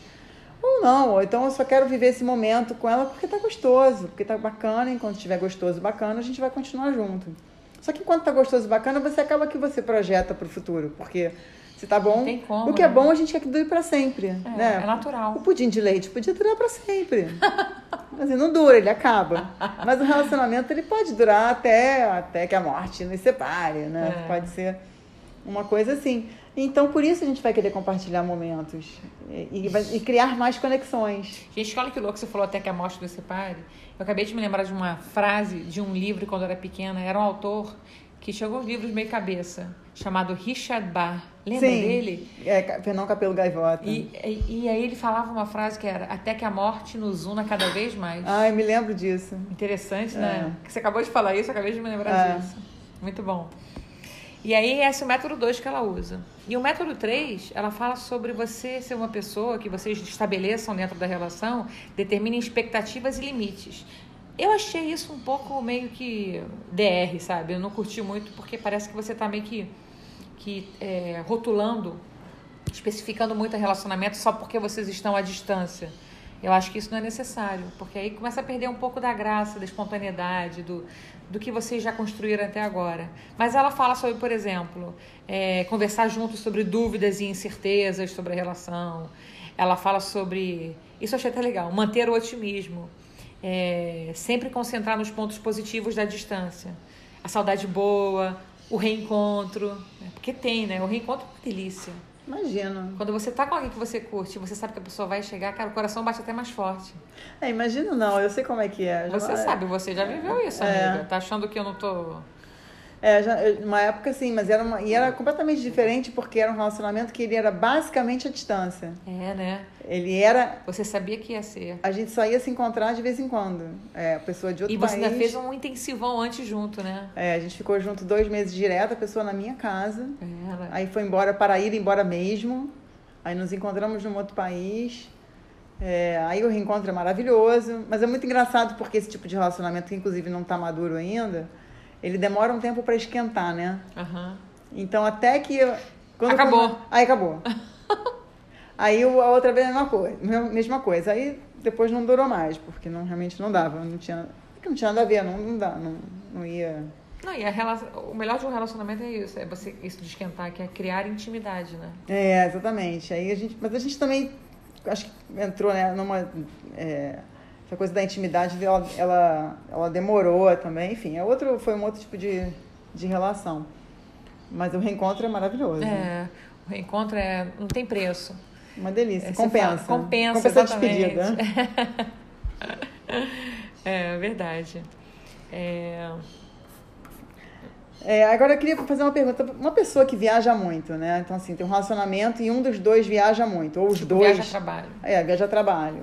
Speaker 2: Ou não, ou então eu só quero viver esse momento com ela porque tá gostoso, porque tá bacana, enquanto estiver gostoso e bacana, a gente vai continuar junto. Só que enquanto tá gostoso e bacana, você acaba que você projeta pro futuro, porque se tá bom,
Speaker 1: Não tem como,
Speaker 2: o que é
Speaker 1: né?
Speaker 2: bom a gente quer que dure pra sempre,
Speaker 1: É,
Speaker 2: né?
Speaker 1: é natural.
Speaker 2: O pudim de leite podia durar pra
Speaker 1: [laughs]
Speaker 2: sempre. Mas ele não dura, ele acaba. Mas o relacionamento ele pode durar até, até que a morte nos separe, né?
Speaker 1: É.
Speaker 2: Pode ser uma coisa assim. Então por isso a gente vai querer compartilhar momentos e, e vai- e criar mais conexões.
Speaker 1: Gente, olha que louco você falou até que a morte nos separe. Eu acabei de me lembrar de uma frase de um livro quando eu era pequena. Era um autor que tinha alguns livros meio cabeça, chamado Richard Barr. Lembra dele?
Speaker 2: É, Ca- Fernão Capelo Gaivota.
Speaker 1: E, e, e aí ele falava uma frase que era até que a morte nos una cada vez mais.
Speaker 2: Ai, me lembro disso.
Speaker 1: Interessante, né? Que Você acabou de falar isso, eu acabei de me lembrar
Speaker 2: É.
Speaker 1: disso. Muito bom. E aí, esse é o método 2 que ela usa. E o método 3, ela fala sobre você ser uma pessoa que vocês estabeleçam dentro da relação, determinem expectativas e limites. Eu achei isso um pouco meio que DR, sabe? Eu não curti muito porque parece que você tá meio que, que é, rotulando, especificando muito o relacionamento só porque vocês estão à distância. Eu acho que isso não é necessário, porque aí começa a perder um pouco da graça, da espontaneidade, do, do que vocês já construíram até agora. Mas ela fala sobre, por exemplo, é, conversar juntos sobre dúvidas e incertezas sobre a relação. Ela fala sobre. Isso eu achei até legal, manter o otimismo. É, sempre concentrar nos pontos positivos da distância. A saudade boa, o reencontro. né? Porque tem, né? O reencontro é uma delícia.
Speaker 2: Imagina.
Speaker 1: Quando você tá com alguém que você curte, você sabe que a pessoa vai chegar, cara, o coração bate até mais forte.
Speaker 2: É, imagina não, eu sei como é que é. Já-
Speaker 1: Você sabe, você já viveu isso,
Speaker 2: É.
Speaker 1: amiga. Tá achando que eu não tô.
Speaker 2: É, já, eu- uma época sim, mas era uma, e era completamente diferente porque era um relacionamento que ele era basicamente à distância.
Speaker 1: É, né?
Speaker 2: Ele era.
Speaker 1: Você sabia que ia ser.
Speaker 2: A gente só ia se encontrar de vez em quando. É, a pessoa de outro
Speaker 1: E você
Speaker 2: país.
Speaker 1: ainda fez um intensivão antes junto, né?
Speaker 2: É, a gente ficou junto dois meses direto, a pessoa na minha casa.
Speaker 1: É, Ela...
Speaker 2: Aí foi embora para ir embora mesmo. Aí nos encontramos num outro país. É, aí o reencontro é maravilhoso. Mas é muito engraçado porque esse tipo de relacionamento, que inclusive não está maduro ainda, ele demora um tempo para esquentar, né?
Speaker 1: Aham.
Speaker 2: Então até que. eu- quando eu
Speaker 1: Acabou.
Speaker 2: come-
Speaker 1: [laughs]
Speaker 2: Aí acabou. aí o- a outra vez a mesma coisa. me- Mesma coisa. Aí depois não durou mais, porque não, realmente não dava. Não tinha, não tinha nada a ver, não, não, dá, não, não ia.
Speaker 1: Não, e a relação... o melhor de um relacionamento é isso, é você isso de esquentar, que é criar intimidade, né?
Speaker 2: É, exatamente. Aí a gente, mas a gente também acho que entrou né, numa é, essa coisa da intimidade, ela, ela, ela demorou também. Enfim, é outro, foi um outro tipo de, de relação. Mas o reencontro é maravilhoso. né?
Speaker 1: É. O reencontro é. não tem preço.
Speaker 2: Uma delícia.
Speaker 1: É, você
Speaker 2: compensa.
Speaker 1: fala, compensa,
Speaker 2: Compensa a
Speaker 1: exatamente.
Speaker 2: despedida.
Speaker 1: [laughs] É verdade. É...
Speaker 2: É, agora eu queria fazer uma pergunta. Uma pessoa que viaja muito, né? Então, assim, tem um relacionamento e um dos dois viaja muito. Ou os dois.
Speaker 1: Tipo, Viaja a trabalho.
Speaker 2: É, viaja a trabalho.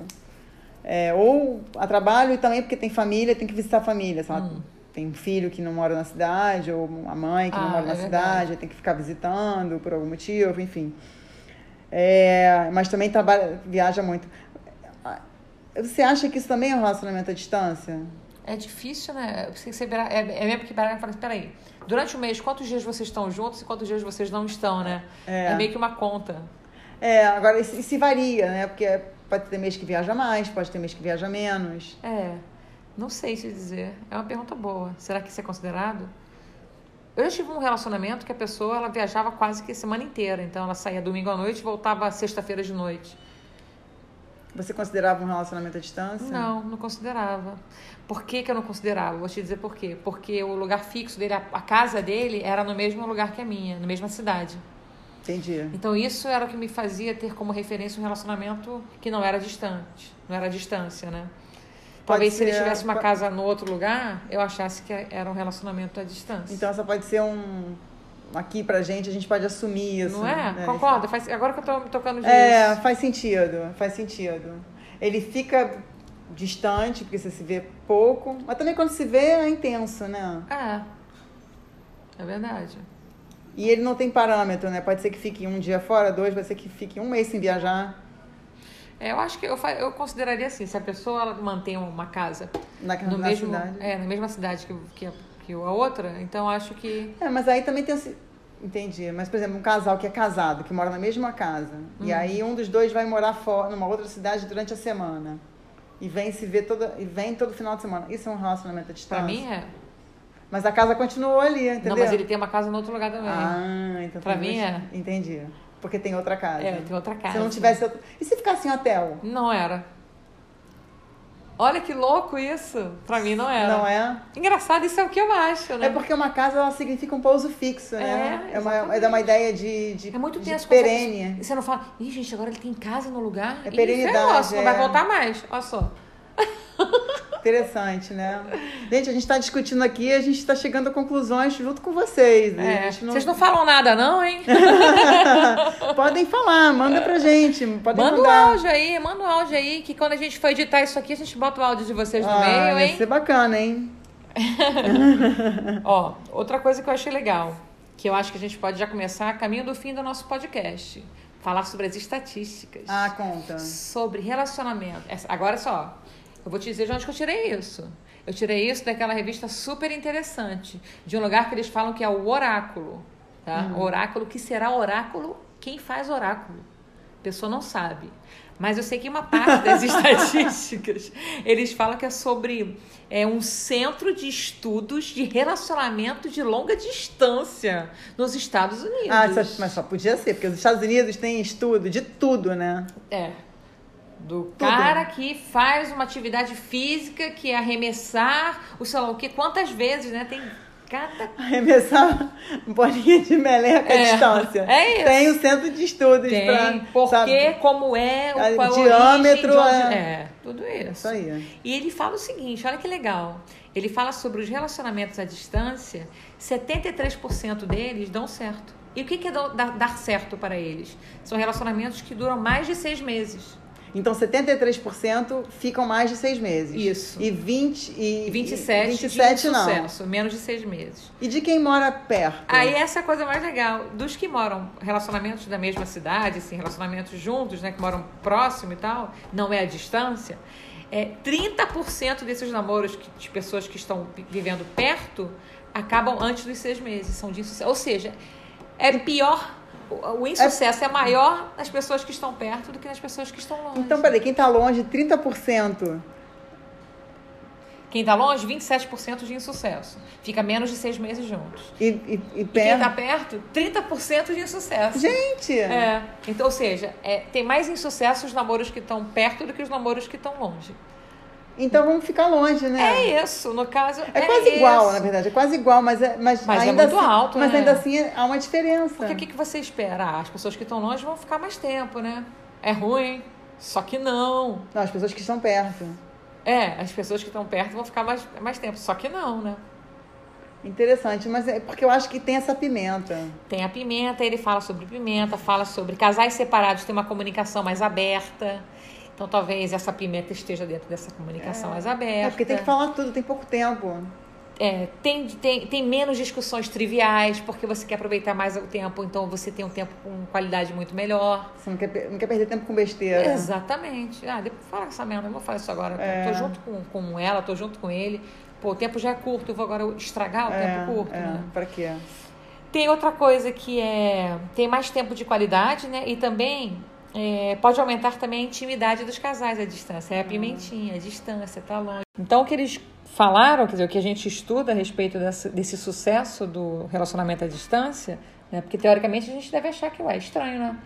Speaker 2: É, ou a trabalho e também porque tem família, tem que visitar a família. sei lá,
Speaker 1: Hum.
Speaker 2: Tem um filho que não mora na cidade, ou a mãe que não
Speaker 1: Ah,
Speaker 2: mora na
Speaker 1: é
Speaker 2: cidade, tem que ficar visitando por algum motivo, enfim. É, mas também trabalha, viaja muito. Ah, Você acha que isso também é um relacionamento à distância?
Speaker 1: É difícil, né? Você- você virar- é, é mesmo que parar e falar, peraí, durante o mês, quantos dias vocês estão juntos e quantos dias vocês não estão, né? É, meio que uma conta.
Speaker 2: É, agora e se e se varia, né? Porque pode ter mês que viaja mais, pode ter mês que viaja menos.
Speaker 1: É. Não sei se dizer. É uma pergunta boa. Será que isso é considerado? Eu já tive um relacionamento que a pessoa ela viajava quase que a semana inteira. Então ela saía domingo à noite e voltava sexta-feira de noite.
Speaker 2: Você considerava um relacionamento à distância?
Speaker 1: Não, não considerava. Por que, que eu não considerava? Vou te dizer por quê. Porque o lugar fixo dele, a, a casa dele, era no mesmo lugar que a minha, na mesma cidade.
Speaker 2: Entendi.
Speaker 1: Então isso era o que me fazia ter como referência um relacionamento que não era distante, não era distância, né? Talvez se ele
Speaker 2: ser- é,
Speaker 1: tivesse uma
Speaker 2: po-
Speaker 1: casa no outro lugar, eu achasse que era um relacionamento à distância.
Speaker 2: Então essa pode ser um. Aqui pra gente, a gente pode assumir isso.
Speaker 1: não é?
Speaker 2: né?
Speaker 1: Concorda? Faz- Agora que eu tô me tocando disso.
Speaker 2: É, faz sentido, faz sentido. Ele fica distante, porque você se vê pouco, mas também quando se vê é intenso, né?
Speaker 1: É. É verdade.
Speaker 2: E ele não tem parâmetro, né? Pode ser que fique um dia fora, dois, pode ser que fique um mês sem viajar
Speaker 1: É, eu acho que eu, fa- eu consideraria assim, se a pessoa ela mantém uma casa
Speaker 2: na,
Speaker 1: no
Speaker 2: na
Speaker 1: mesmo,
Speaker 2: cidade.
Speaker 1: É, na mesma cidade que, que, a, que a outra, então acho que.
Speaker 2: É, mas aí também tem assim. Entendi. Mas, por exemplo, um casal que é casado, que mora na mesma casa,
Speaker 1: Uhum.
Speaker 2: e aí um dos dois vai morar fora, numa outra cidade durante a semana. E vem se ver toda, e vem todo final de semana. Isso é um relacionamento à distância.
Speaker 1: Pra mim é.
Speaker 2: Mas a casa continuou ali, entendeu?
Speaker 1: Não, mas ele tem uma casa em outro lugar também.
Speaker 2: Ah, então
Speaker 1: Pra
Speaker 2: talvez-
Speaker 1: mim é.
Speaker 2: Entendi. Porque tem outra casa.
Speaker 1: é, tem outra casa.
Speaker 2: Se não tivesse. outra- E se ficasse em hotel?
Speaker 1: Não era. Olha que louco isso. Pra mim não era.
Speaker 2: Não é?
Speaker 1: Engraçado, isso é o que eu acho, né?
Speaker 2: É porque uma casa ela significa um pouso fixo, né?
Speaker 1: É,
Speaker 2: É, uma,
Speaker 1: exatamente.
Speaker 2: é de uma ideia de, de,
Speaker 1: É muito
Speaker 2: de
Speaker 1: tenso. quando
Speaker 2: perene.
Speaker 1: Você, você não fala, ih, gente, agora ele tem casa no lugar.
Speaker 2: É
Speaker 1: Ih,
Speaker 2: perenidade,
Speaker 1: ferrou, Não vai
Speaker 2: é.
Speaker 1: voltar mais. Olha só.
Speaker 2: Interessante, né? Gente, a gente está discutindo aqui e a gente está chegando a conclusões junto com vocês. né?
Speaker 1: É,
Speaker 2: A gente
Speaker 1: Vocês não falam nada, não,
Speaker 2: [laughs]
Speaker 1: hein?
Speaker 2: Podem falar, manda pra gente. Podem
Speaker 1: manda o
Speaker 2: mandar.
Speaker 1: áudio aí, manda o áudio aí, que quando a gente for editar isso aqui, a gente bota o áudio de vocês no
Speaker 2: Ah,
Speaker 1: meio,
Speaker 2: ia
Speaker 1: hein?
Speaker 2: ser bacana, hein?
Speaker 1: Ó, outra coisa que eu achei legal, que eu acho que a gente pode já começar a caminho do fim do nosso podcast. Falar sobre as estatísticas.
Speaker 2: Ah, conta.
Speaker 1: Sobre relacionamento. Essa- Agora só, eu vou te dizer de onde que eu tirei isso. Eu tirei isso daquela revista super interessante, de um lugar que eles falam que é o oráculo. Tá? Oráculo, que será oráculo quem faz oráculo. A pessoa não sabe. Mas eu sei que uma parte das estatísticas, eles falam que é sobre é, um centro de estudos de relacionamento de longa distância nos Estados Unidos.
Speaker 2: Ah, só- mas só podia ser, porque os Estados Unidos têm estudo de tudo, né?
Speaker 1: É. Do cara que faz uma atividade física que é arremessar, o sei lá o que, quantas vezes, né? Tem cada.
Speaker 2: Arremessar [laughs] bolinha de meleca
Speaker 1: É,
Speaker 2: à distância.
Speaker 1: é isso.
Speaker 2: Tem o centro de estudos pra.
Speaker 1: Tem por
Speaker 2: sabe?
Speaker 1: quê, como é,
Speaker 2: Ah,
Speaker 1: o qual é a
Speaker 2: diâmetro,
Speaker 1: origem, de onde-
Speaker 2: é.
Speaker 1: é, tudo
Speaker 2: Isso
Speaker 1: isso.
Speaker 2: aí.
Speaker 1: E ele fala o seguinte, olha que legal. Ele fala sobre os relacionamentos à distância, 73% deles dão certo. E o que que é dar- dar certo para eles? São relacionamentos que duram mais de seis meses.
Speaker 2: Então, 73% ficam mais de seis meses.
Speaker 1: Isso.
Speaker 2: E 20 e
Speaker 1: 27,
Speaker 2: e
Speaker 1: 27
Speaker 2: 27 não.
Speaker 1: sucesso, menos de seis meses.
Speaker 2: E de quem mora perto?
Speaker 1: Aí essa é a coisa mais legal. Dos que moram relacionamentos da mesma cidade, assim, relacionamentos juntos, né? Que moram próximo e tal, não é a distância. É, 30% desses namoros que- de pessoas que estão vi- vivendo perto acabam antes dos seis meses, são de insucesso. Ou seja, é pior, o, o insucesso é... maior nas pessoas que estão perto do que nas pessoas que estão longe.
Speaker 2: Então, peraí, quem tá longe, 30%.
Speaker 1: Quem está longe, 27% de insucesso. Fica menos de seis meses juntos.
Speaker 2: E, e, e
Speaker 1: E quem está
Speaker 2: perto.
Speaker 1: perto, 30% de insucesso.
Speaker 2: Gente!
Speaker 1: É. Então, ou seja, é, tem mais insucesso os namoros que estão perto do que os namoros que estão longe.
Speaker 2: Então vamos ficar longe, né?
Speaker 1: É isso, no caso. É,
Speaker 2: quase igual,
Speaker 1: isso.
Speaker 2: na verdade. É quase igual, mas, é- mas,
Speaker 1: Mas é
Speaker 2: ainda
Speaker 1: muito
Speaker 2: assim,
Speaker 1: alto,
Speaker 2: Mas
Speaker 1: né?
Speaker 2: ainda assim é- há uma diferença.
Speaker 1: Porque o que, que você espera? Ah, as pessoas que estão longe vão ficar mais tempo, né? É ruim. Só que não.
Speaker 2: Não, as pessoas que estão perto.
Speaker 1: É, as pessoas que estão perto vão ficar mais, mais tempo. Só que não, né?
Speaker 2: Interessante, mas é porque eu acho que tem essa pimenta.
Speaker 1: Tem a pimenta, ele fala sobre pimenta, fala sobre casais separados, tem uma comunicação mais aberta. Então talvez essa pimenta esteja dentro dessa comunicação mais aberta.
Speaker 2: É porque tem que falar tudo, tem pouco tempo.
Speaker 1: É, tem, tem, tem menos discussões triviais, porque você quer aproveitar mais o tempo, então você tem um tempo com qualidade muito melhor.
Speaker 2: Você não quer, pe- não quer perder tempo com besteira.
Speaker 1: Exatamente. Ah, depois fala essa merda, eu vou falar isso agora.
Speaker 2: É.
Speaker 1: Tô junto com, com ela, tô junto com ele. Pô, o tempo já é curto, eu vou agora estragar o
Speaker 2: É,
Speaker 1: tempo curto,
Speaker 2: é,
Speaker 1: né?
Speaker 2: Pra quê?
Speaker 1: Tem outra coisa que é. Tem mais tempo de qualidade, né? E também É, pode aumentar também a intimidade dos casais à distância. É a pimentinha, a distância, tá longe. Então, o que eles falaram, quer dizer, o que a gente estuda a respeito desse, desse sucesso do relacionamento à distância, né? Porque, teoricamente, a gente deve achar que, ué, é estranho, né?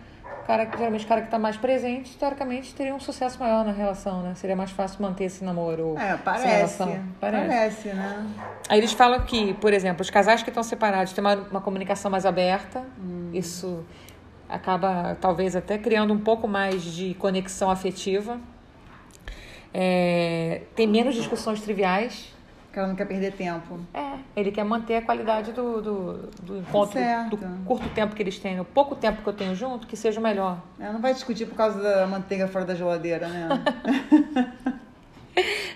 Speaker 1: O cara, geralmente, o cara que está mais presente, teoricamente, teria um sucesso maior na relação, né? Seria mais fácil manter esse namoro ou
Speaker 2: É,
Speaker 1: essa
Speaker 2: parece.
Speaker 1: relação.
Speaker 2: Parece, né?
Speaker 1: Aí eles falam que, por exemplo, os casais que estão separados têm uma, uma comunicação mais aberta. Isso acaba, talvez, até criando um pouco mais de conexão afetiva. É, tem menos discussões triviais.
Speaker 2: Porque ela não quer perder tempo.
Speaker 1: É, ele quer manter a qualidade do, do, do encontro,
Speaker 2: Certo.
Speaker 1: do curto tempo que eles têm, o pouco tempo que eu tenho junto, que seja o melhor.
Speaker 2: Ela não vai discutir por causa da manteiga fora da geladeira, né?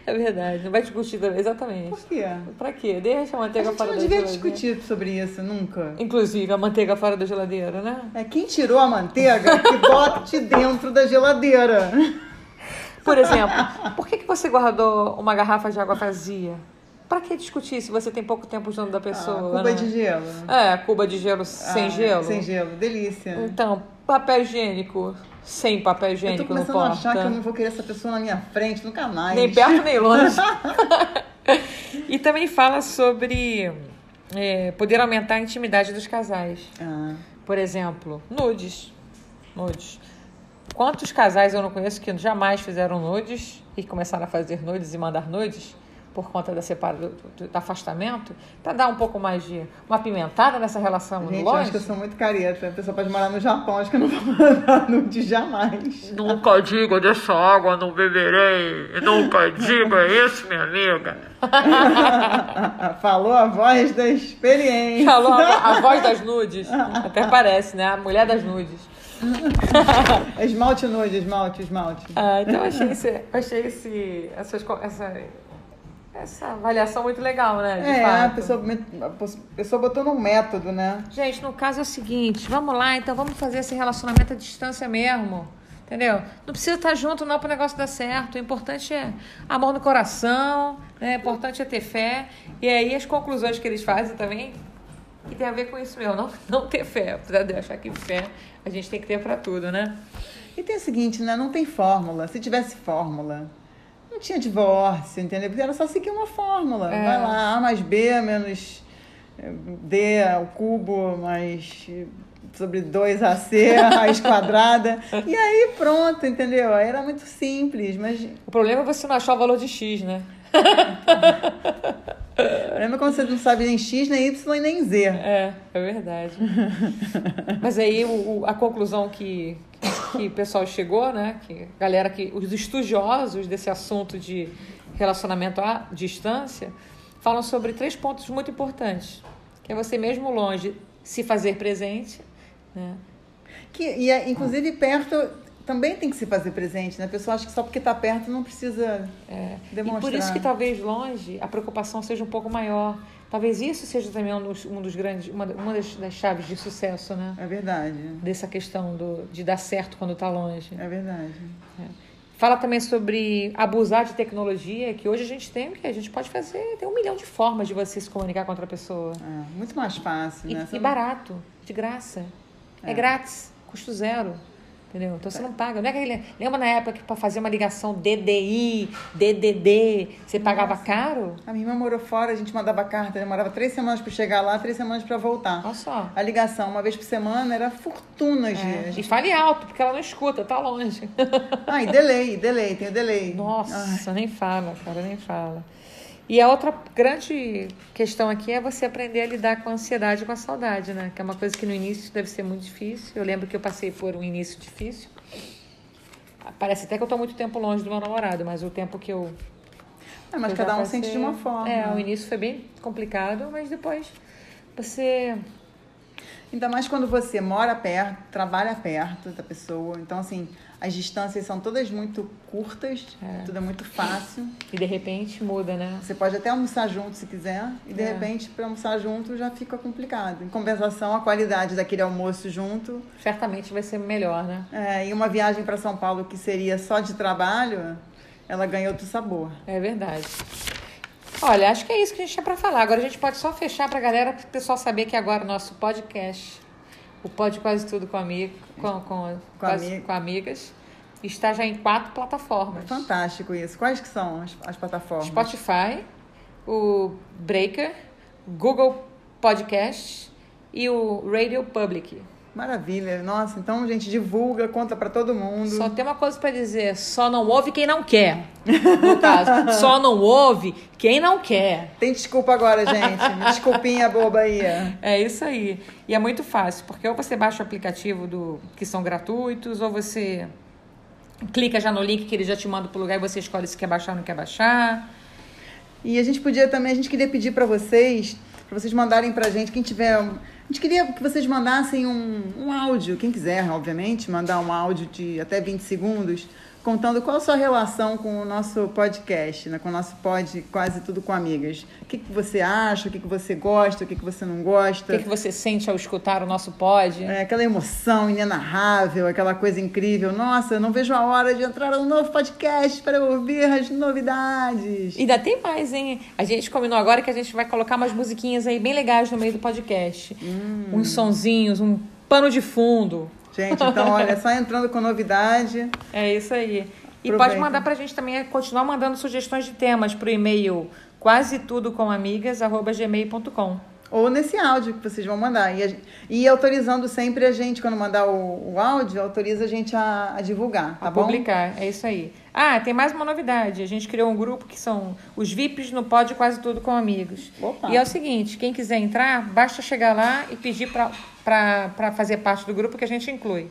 Speaker 1: É verdade, não vai discutir, exatamente.
Speaker 2: Por
Speaker 1: [laughs]
Speaker 2: quê?
Speaker 1: Pra quê? Deixa a
Speaker 2: A
Speaker 1: manteiga
Speaker 2: gente
Speaker 1: fora
Speaker 2: não
Speaker 1: da
Speaker 2: devia
Speaker 1: geladeira.
Speaker 2: discutir sobre isso nunca.
Speaker 1: Inclusive, a manteiga fora da geladeira, né?
Speaker 2: É quem tirou a manteiga que bote dentro da geladeira.
Speaker 1: Por exemplo, por que, que você guardou uma garrafa de água vazia? Pra que discutir se você tem pouco tempo junto da
Speaker 2: Ah,
Speaker 1: pessoa?
Speaker 2: cuba
Speaker 1: né?
Speaker 2: de gelo.
Speaker 1: É, cuba de gelo sem
Speaker 2: Ah,
Speaker 1: gelo.
Speaker 2: Sem gelo, delícia.
Speaker 1: Então, papel higiênico sem papel
Speaker 2: Eu tô
Speaker 1: higiênico não
Speaker 2: começando a achar que eu não
Speaker 1: porta.
Speaker 2: vou querer essa pessoa na minha frente nunca mais.
Speaker 1: Nem perto nem
Speaker 2: [laughs]
Speaker 1: longe. e também fala sobre é, poder aumentar a intimidade dos casais.
Speaker 2: Ah,
Speaker 1: Por exemplo, nudes. Nudes. Quantos casais eu não conheço que jamais fizeram nudes e começaram a fazer nudes e mandar nudes por conta da separa, do, do- do afastamento, para dar um pouco mais de uma pimentada nessa relação
Speaker 2: gente, eu acho
Speaker 1: longe?
Speaker 2: que eu sou muito careta. A pessoa pode morar no Japão, acho que eu não vou [laughs] morar nude jamais.
Speaker 1: Nunca diga dessa água, não beberei.
Speaker 2: [laughs]
Speaker 1: Nunca diga isso, minha amiga.
Speaker 2: Ah, Falou a voz da experiência.
Speaker 1: Falou a, a voz das nudes. Até parece, né? A mulher das nudes.
Speaker 2: Esmalte nude, esmalte, esmalte.
Speaker 1: Ah, então eu achei, esse, achei esse, essas, co- essa, essa avaliação muito legal, né? De
Speaker 2: É, a
Speaker 1: fato.
Speaker 2: pessoa, met- a pos- a pessoa botou num método, né?
Speaker 1: Gente, no caso é o seguinte, vamos lá, então vamos fazer esse relacionamento à distância mesmo. Entendeu? Não precisa estar junto não para o negócio dar certo. O importante é amor no coração, né? O importante é ter fé. E aí as conclusões que eles fazem também, que tem a ver com isso mesmo, não, não ter fé. Apesar de eu achar que fé a gente tem que ter para tudo, né?
Speaker 2: E tem o seguinte, né? Não tem fórmula. Se tivesse fórmula, não tinha divórcio, entendeu? Porque era só seguir uma fórmula.
Speaker 1: É.
Speaker 2: Vai lá, A mais B menos eh, D ao cubo mais eh, sobre [laughs] 2AC raiz quadrada. E aí pronto, entendeu? Aí era muito simples, mas
Speaker 1: O problema é você não achar o valor de X, né?
Speaker 2: lembra quando você não sabe nem X, nem Y e nem Z.
Speaker 1: É, é verdade. Mas aí o- o- a conclusão que, que o pessoal chegou, né? Que a galera que os estudiosos desse assunto de relacionamento à distância falam sobre três pontos muito importantes, que é você mesmo longe se fazer presente, né?
Speaker 2: Que, e é, inclusive perto também tem que se fazer presente, né? A pessoa acha que só porque tá perto não precisa
Speaker 1: É. E
Speaker 2: demonstrar.
Speaker 1: por isso que tá- talvez longe a preocupação seja um pouco maior. Talvez isso seja também um dos, um dos grandes, uma, da- uma das, das chaves de sucesso, né?
Speaker 2: É verdade,
Speaker 1: Dessa questão do, de dar certo quando tá longe.
Speaker 2: é verdade.
Speaker 1: Fala também sobre abusar de tecnologia, que hoje a gente tem o que a gente pode fazer, tem um milhão de formas de você se comunicar com outra pessoa.
Speaker 2: Ah, muito mais fácil,
Speaker 1: E,
Speaker 2: né? Você
Speaker 1: e
Speaker 2: não-
Speaker 1: barato, de graça. É. grátis, custo zero. Entendeu? Então você não paga. Não é aquele, lembra na época que para fazer uma ligação DDI, DDD, você pagava caro?
Speaker 2: A minha irmã morou fora, a gente mandava carta, demorava três semanas pra chegar lá, três semanas pra voltar.
Speaker 1: Olha só.
Speaker 2: A ligação, uma vez por semana, era fortuna de.
Speaker 1: É. E fale alto, porque ela não escuta, tá longe.
Speaker 2: Ai, delay, delay, tem o delay.
Speaker 1: Nossa, nem fala, cara, nem fala. E a outra grande questão aqui é você aprender a lidar com a ansiedade e com a saudade, né? Que é uma coisa que no início deve ser muito difícil. Eu lembro que eu passei por um início difícil. Parece até que eu tô muito tempo longe do meu namorado, mas o tempo que eu.
Speaker 2: Ah,
Speaker 1: que
Speaker 2: mas
Speaker 1: eu
Speaker 2: cada
Speaker 1: já
Speaker 2: um sente
Speaker 1: passei-
Speaker 2: de uma forma.
Speaker 1: É, o início foi bem complicado, mas depois você.
Speaker 2: Ainda mais quando você mora perto, trabalha perto da pessoa. Então, assim, as distâncias são todas muito curtas, tudo é muito fácil.
Speaker 1: E de repente muda, né?
Speaker 2: Você pode até almoçar junto se quiser, e de
Speaker 1: É.
Speaker 2: repente, pra almoçar junto já fica complicado. Em compensação, a qualidade daquele almoço junto
Speaker 1: Certamente vai ser melhor, né?
Speaker 2: É, e uma viagem para São Paulo que seria só de trabalho, ela ganha outro sabor.
Speaker 1: É verdade. Olha, acho que é isso que a gente tinha pra falar. Agora a gente pode só fechar pra galera, pro pessoal saber que agora o nosso podcast O Pode Quase Tudo com, amigo, com, com,
Speaker 2: Com
Speaker 1: quase-
Speaker 2: amigo.
Speaker 1: com Amigas está já em quatro plataformas.
Speaker 2: Fantástico isso. Quais que são as, as plataformas?
Speaker 1: Spotify, o Breaker, Google Podcast e o Radio Public.
Speaker 2: Maravilha. Nossa, então, gente, divulga, conta pra todo mundo.
Speaker 1: Só tem uma coisa pra dizer, só não ouve quem não quer. No
Speaker 2: [laughs]
Speaker 1: caso, só não ouve quem não quer.
Speaker 2: Tem desculpa agora, gente. Me Desculpinha boba aí.
Speaker 1: É isso aí. E é muito fácil, porque ou você baixa o aplicativo do que são gratuitos, ou você clica já no link que ele já te manda pro lugar e você escolhe se quer baixar ou não quer baixar.
Speaker 2: E a gente podia também, a gente queria pedir pra vocês, pra vocês mandarem pra gente, quem tiver. um- A gente queria que vocês mandassem um, um áudio, quem quiser, obviamente, mandar um áudio de até 20 segundos, contando qual a sua relação com o nosso podcast, né, com o nosso pod Quase Tudo com Amigas. O que, que você acha, o que, que você gosta, o que, que você não
Speaker 1: O
Speaker 2: gosta.
Speaker 1: que, que você sente ao escutar o nosso pod?
Speaker 2: É, aquela emoção inenarrável, aquela coisa incrível. Nossa, eu não vejo a hora de entrar num novo podcast para eu ouvir as novidades.
Speaker 1: E ainda tem mais, hein? A gente combinou agora que a gente vai colocar umas musiquinhas aí bem legais no meio do podcast. Uns sonzinhos, um pano de fundo.
Speaker 2: Gente,
Speaker 1: [laughs]
Speaker 2: então olha, só entrando com novidade.
Speaker 1: É isso aí. E
Speaker 2: Aproveita.
Speaker 1: pode mandar pra gente também, é, continuar mandando sugestões de temas pro e-mail quase tudo com
Speaker 2: Ou nesse áudio que vocês vão mandar. E, a gen- e autorizando sempre a gente, quando mandar o, o áudio, autoriza a gente a, a divulgar, tá
Speaker 1: a
Speaker 2: bom?
Speaker 1: publicar. É isso aí. Ah, tem mais uma novidade. A gente criou um grupo que são os VIPs no Pod Quase Tudo com Amigos.
Speaker 2: Opa.
Speaker 1: E é o seguinte, quem quiser entrar, basta chegar lá e pedir pra- pra pra fazer parte do grupo que a gente inclui.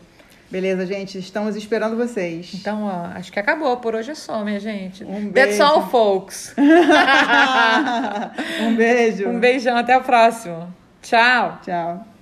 Speaker 2: Beleza, gente, estamos esperando vocês. [laughs]
Speaker 1: Então, [laughs] ó, acho que acabou. Por hoje é só, minha gente.
Speaker 2: Um
Speaker 1: That's
Speaker 2: beijo.
Speaker 1: all,
Speaker 2: [laughs]
Speaker 1: folks.
Speaker 2: um beijo.
Speaker 1: um beijão, até a próxima. Tchau.
Speaker 2: Tchau.